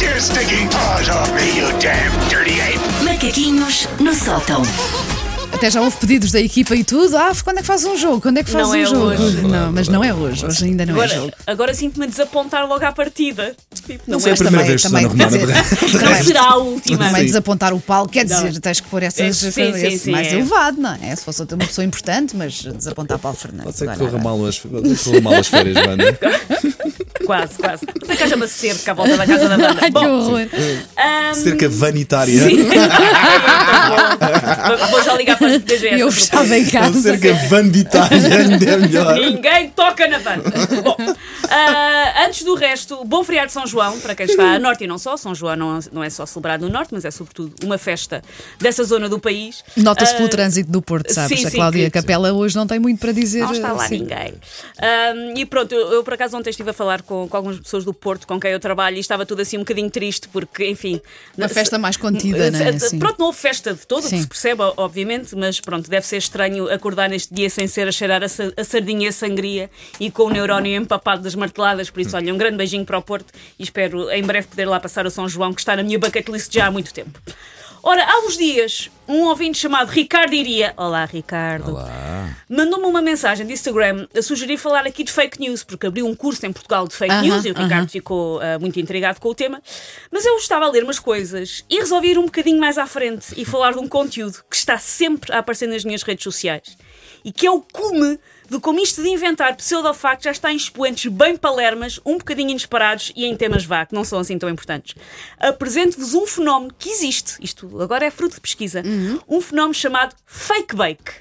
your stinking paws off me, you damn dirty ape! Macaquinhos no sótão. Até já houve pedidos da equipa e tudo. Ah, quando é que faz um jogo? Quando é que faz Não um é jogo? hoje. Não, mas não é hoje. Hoje ainda não é jogo. Agora, agora sinto-me a desapontar logo à partida. Tipo, não, sei é a primeira vez, Susana Romana. não será a última. Também desapontar o palco, quer dizer, Não. tens que pôr essas Sim, sim, esse sim, mais é. elevado, não é? Se fosse outra- uma pessoa importante, mas desapontar Paulo Fernandes. Pode ser que agora, corra mal as, pode ser que corra mal as férias, Wanda. Quase, quase. Até que haja uma cerca à volta da casa da banda. Ai, que Bom, horror. Cerca vanitária. vou- vou já ligar para a DGS. Eu a propósito. fechava em casa. Cerca vanitária ainda é melhor. Ninguém toca na banda. Bom, ah, antes do resto, bom feriado de São João, para quem está a norte e não só. São João não, não é só celebrado no norte, mas é sobretudo uma festa dessa zona do país. Nota-se pelo Ah, trânsito do Porto, sabes? sim, a sim, Cláudia que- Capela hoje não tem muito para dizer. Não está lá assim. ninguém. Ahm, e pronto, eu, eu por acaso ontem estive a falar com, com algumas pessoas do Porto com quem eu trabalho e estava tudo assim um bocadinho triste porque, enfim. Uma se- festa mais contida, não é? se- Sim. Pronto, não houve festa de todo, o que Sim. se percebe, obviamente, mas pronto, deve ser estranho acordar neste dia sem ser a cheirar a, sa- a sardinha e a sangria e com o neurónio empapado das marteladas. Hum. Por isso, olha, um grande beijinho para o Porto e espero em breve poder lá passar o São João, que está na minha bucket list já há muito tempo. Ora, há uns dias, um ouvinte chamado Ricardo Iria. Olá, Ricardo. Ah. Mandou-me uma mensagem de Instagram a sugerir falar aqui de fake news, porque abriu um curso em Portugal de fake Aham, news e o aham. Ricardo ficou ah, muito intrigado com o tema. Mas eu estava a ler umas coisas e resolvi ir um bocadinho mais à frente e falar de um conteúdo que está sempre a aparecer nas minhas redes sociais e que é o cume de como isto de inventar pseudo-factos já está em expoentes bem palermas, um bocadinho inesperados e em temas vá, que não são assim tão importantes. Apresento-vos um fenómeno que existe, isto agora é fruto de pesquisa, Uhum. um fenómeno chamado fake bake.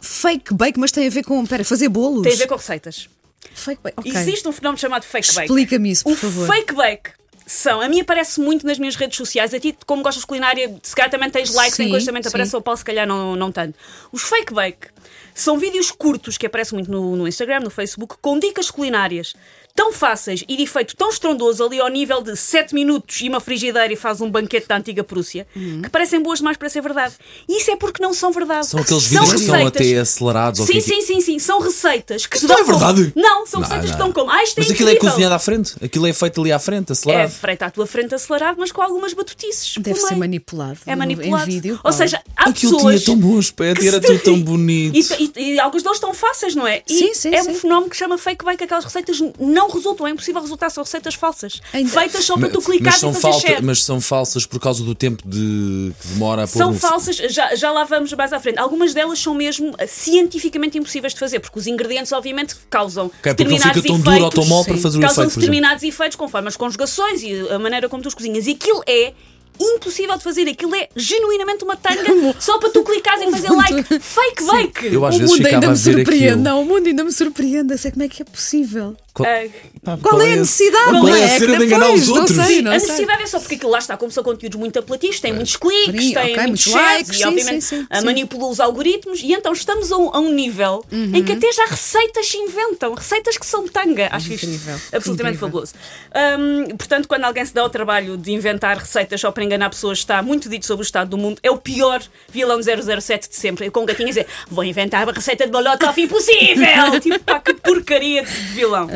Fake bake, mas tem a ver com. Pera, fazer bolos? Tem a ver com receitas. Fake bake. ok. Existe um fenómeno chamado fake bake. Explica-me isso, por o favor. Fake bake são, a mim aparece muito nas minhas redes sociais, a ti, como gostas de culinária, se calhar também tens like, tem Sim, coisas que também te sim. aparecem, ao Paulo se calhar não, não tanto. Os fake bake são vídeos curtos que aparecem muito no, no Instagram, no Facebook, com dicas culinárias tão fáceis e de efeito tão estrondoso ali ao nível de 7 minutos e uma frigideira e faz um banquete da antiga Prússia, Uhum. que parecem boas demais para ser verdade. E isso é porque não são verdade. São aqueles vídeos que são receitas. até acelerados. ou Sim, que- sim, sim, sim. São receitas que Isso não dão é verdade. como- Não, são Não, receitas que não. dão como. Ah, isto é Mas aquilo é incrível. cozinhado à frente. Aquilo é feito ali à frente, É acelerado. feita à tua frente acelerado, mas com algumas batutices. Deve pelo ser meio. manipulado. Tipo, É no- manipulado. Em vídeo. Ou Paulo. seja, há Aquilo pessoas. tinha tão bom aspecto, que era se- tudo tão bonito. E, e, e alguns deles tão fáceis, não é? E Sim, sim, é sim. um fenómeno que chama fake bake. Aquelas receitas não resultam, é impossível resultar, são receitas falsas. Ainda- Feitas só para Ma- tu clicar mas, e fazer são falta- share. mas são falsas por causa do tempo de, que demora a pôr São um- falsas, já, já lá vamos mais à frente. Algumas delas são mesmo ah, cientificamente impossíveis de fazer, porque os ingredientes, obviamente, causam Ok, é porque não determinados fica tão efeitos. duro ou tão mole para sim. fazer o causam efeito. por exemplo. determinados efeitos conforme as conjugações e a maneira como tu os cozinhas. E aquilo é impossível de fazer. Aquilo é genuinamente uma tanga só para tu clicares em fazer like. Fake bake! Eu às o vezes mundo ficava ainda a me ver surpreende. aquilo. Não, o mundo ainda me surpreende. Eu sei como é que é possível. Qual, Ah, pá, Qual, é a necessidade? Qual não é a Que cena de depois, enganar os não outros? Sei, Sim, não a sei. necessidade é só porque aquilo lá está, como são conteúdos muito apelativos, tem muitos cliques, Sim, tem ok, muitos muitos shares likes, e sim, obviamente sim, sim, ah, sim. manipula os algoritmos e então estamos a um, a um nível em Uhum. que até já receitas se inventam, receitas que são tanga. Acho é isto absolutamente fabuloso. Hum, portanto, quando alguém se dá ao trabalho de inventar receitas só para enganar pessoas, está muito dito sobre o estado do mundo, é o pior vilão 007 de sempre. Com um gatinho a dizer, vou inventar a receita de molotov impossível! tipo, pá, que porcaria de vilão.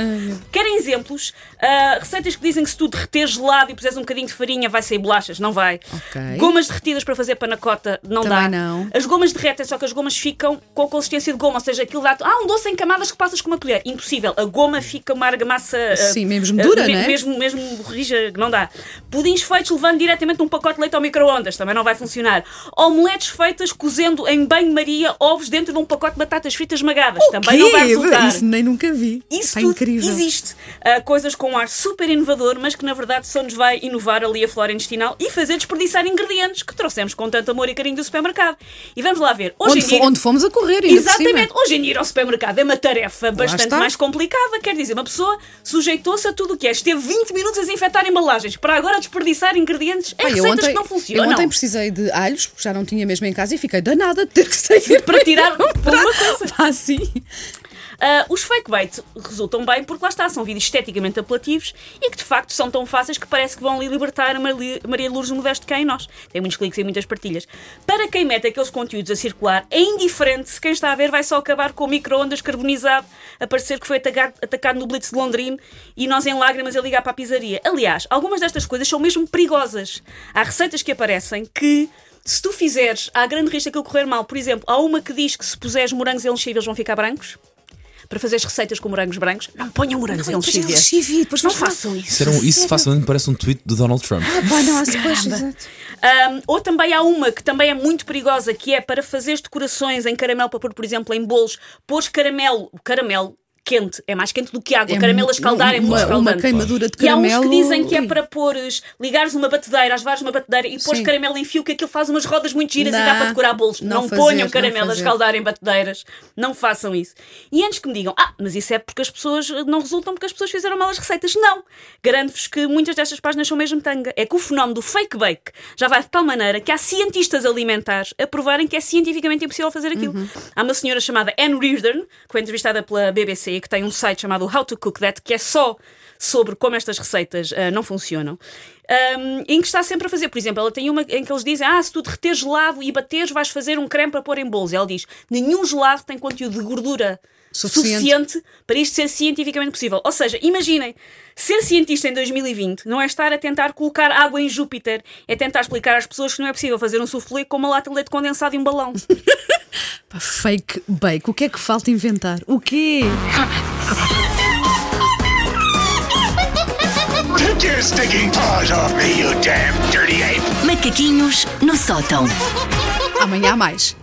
Querem exemplos? Ah, receitas que dizem que se tu derreteres gelado e puseres um bocadinho de farinha, vai sair bolachas. Não vai. Ok. Gomas derretidas para fazer panacota, não Também dá. não. As gomas derretem, só que as gomas ficam com a consistência de goma, ou seja, aquilo dá. Ah, um doce em camadas que passas com uma colher. Impossível. A goma fica uma argamassa. ah, Sim, mesmo dura, ah, não é? Mesmo, mesmo rija, que não dá. Pudins feitos levando diretamente num pacote de leite ao micro-ondas, também não vai funcionar. Omeletes feitas cozendo em banho-maria ovos dentro de um pacote de batatas fritas esmagadas, também não vai Que? resultar. Isso nem nunca vi. Isso é tudo incrível. existe. Ah, coisas com um ar super inovador, mas que na verdade só nos vai inovar ali a flora intestinal e fazer desperdiçar ingredientes que trouxemos com tanto amor e carinho do supermercado. E vamos lá ver. Hoje Onde, em fo- dia. onde fomos a correr, ainda por cima. Exatamente. Hoje em dia ir ao supermercado é uma tarefa bastante está. mais complicada. Quer dizer, uma pessoa sujeitou-se a tudo o que é. Esteve 20 minutos a desinfetar embalagens para agora desperdiçar ingredientes em Olha, eu receitas ontem, que não funcionam. eu ontem precisei de alhos, porque já não tinha mesmo em casa, e fiquei danada de ter que sair assim. Para tirar alguma coisa. Ah, sim. Ah, os fake bait resultam bem porque lá está, são vídeos esteticamente apelativos e que de facto são tão fáceis que parece que vão ali libertar a Marli- Maria Lourdes Modesto cá em nós. Tem muitos cliques e muitas partilhas. Para quem mete aqueles conteúdos a circular, é indiferente se quem está a ver vai só acabar com o micro-ondas carbonizado a parecer que foi atacado, atacado no Blitz de Londrina e nós em lágrimas a ligar para a pisaria. Aliás, algumas destas coisas são mesmo perigosas. Há receitas que aparecem que se tu fizeres, há grande risco daquilo correr mal. Por exemplo, há uma que diz que se puseres morangos em lexívia eles vão ficar brancos. Para fazeres receitas com morangos brancos, não ponham morangos em depois é lexívia. lexívia, depois Não faz mal. façam isso. Isso, era um- isso facilmente parece um tweet de Donald Trump. Pá, não, há depois, exato. Um, ou também há uma que também é muito perigosa, que é para fazeres decorações em caramelo, para pôr, por exemplo, em bolos, pôs caramelo, o caramelo quente, é mais quente do que água, É caramelo mu- a escaldar é uma- muito uma escaldante. queimadura de E há uns que caramelo, dizem que é ui. para pôres, ligares uma batedeira, às varas uma batedeira e pôres Sim. caramelo em fio, que aquilo faz umas rodas muito giras e dá Não, para decorar bolos. não Não, fazer, ponham não caramelo a fazer. escaldar em batedeiras, não façam isso. E antes que me digam, ah, mas isso é porque as pessoas eh, não resultam porque as pessoas fizeram mal as receitas. Não! Garanto-vos que muitas destas páginas são mesmo tanga. É que o fenómeno do fake bake já vai de tal maneira que há cientistas alimentares a provarem que é cientificamente impossível fazer aquilo. Uhum. Há uma senhora chamada Anne Reardon, que foi entrevistada pela BBC, que tem um site chamado How to Cook That, que é só sobre como estas receitas ah, não funcionam, ahm, em que está sempre a fazer. Por exemplo, ela tem uma em que eles dizem: Ah, se tu derreter gelado e bateres, vais fazer um creme para pôr em bolos. E ela diz: Nenhum gelado tem conteúdo de gordura Suficiente. suficiente para isto ser cientificamente possível. Ou seja, imaginem, ser cientista em 2020 não é estar a tentar colocar água em Júpiter, é tentar explicar às pessoas que não é possível fazer um soufflé com uma lata de leite condensado e um balão. Pá, Fake bake. O que é que falta inventar? O quê? Take your stinking paws off me, you damn dirty ape! Macaquinhos no sótão. Amanhã há mais.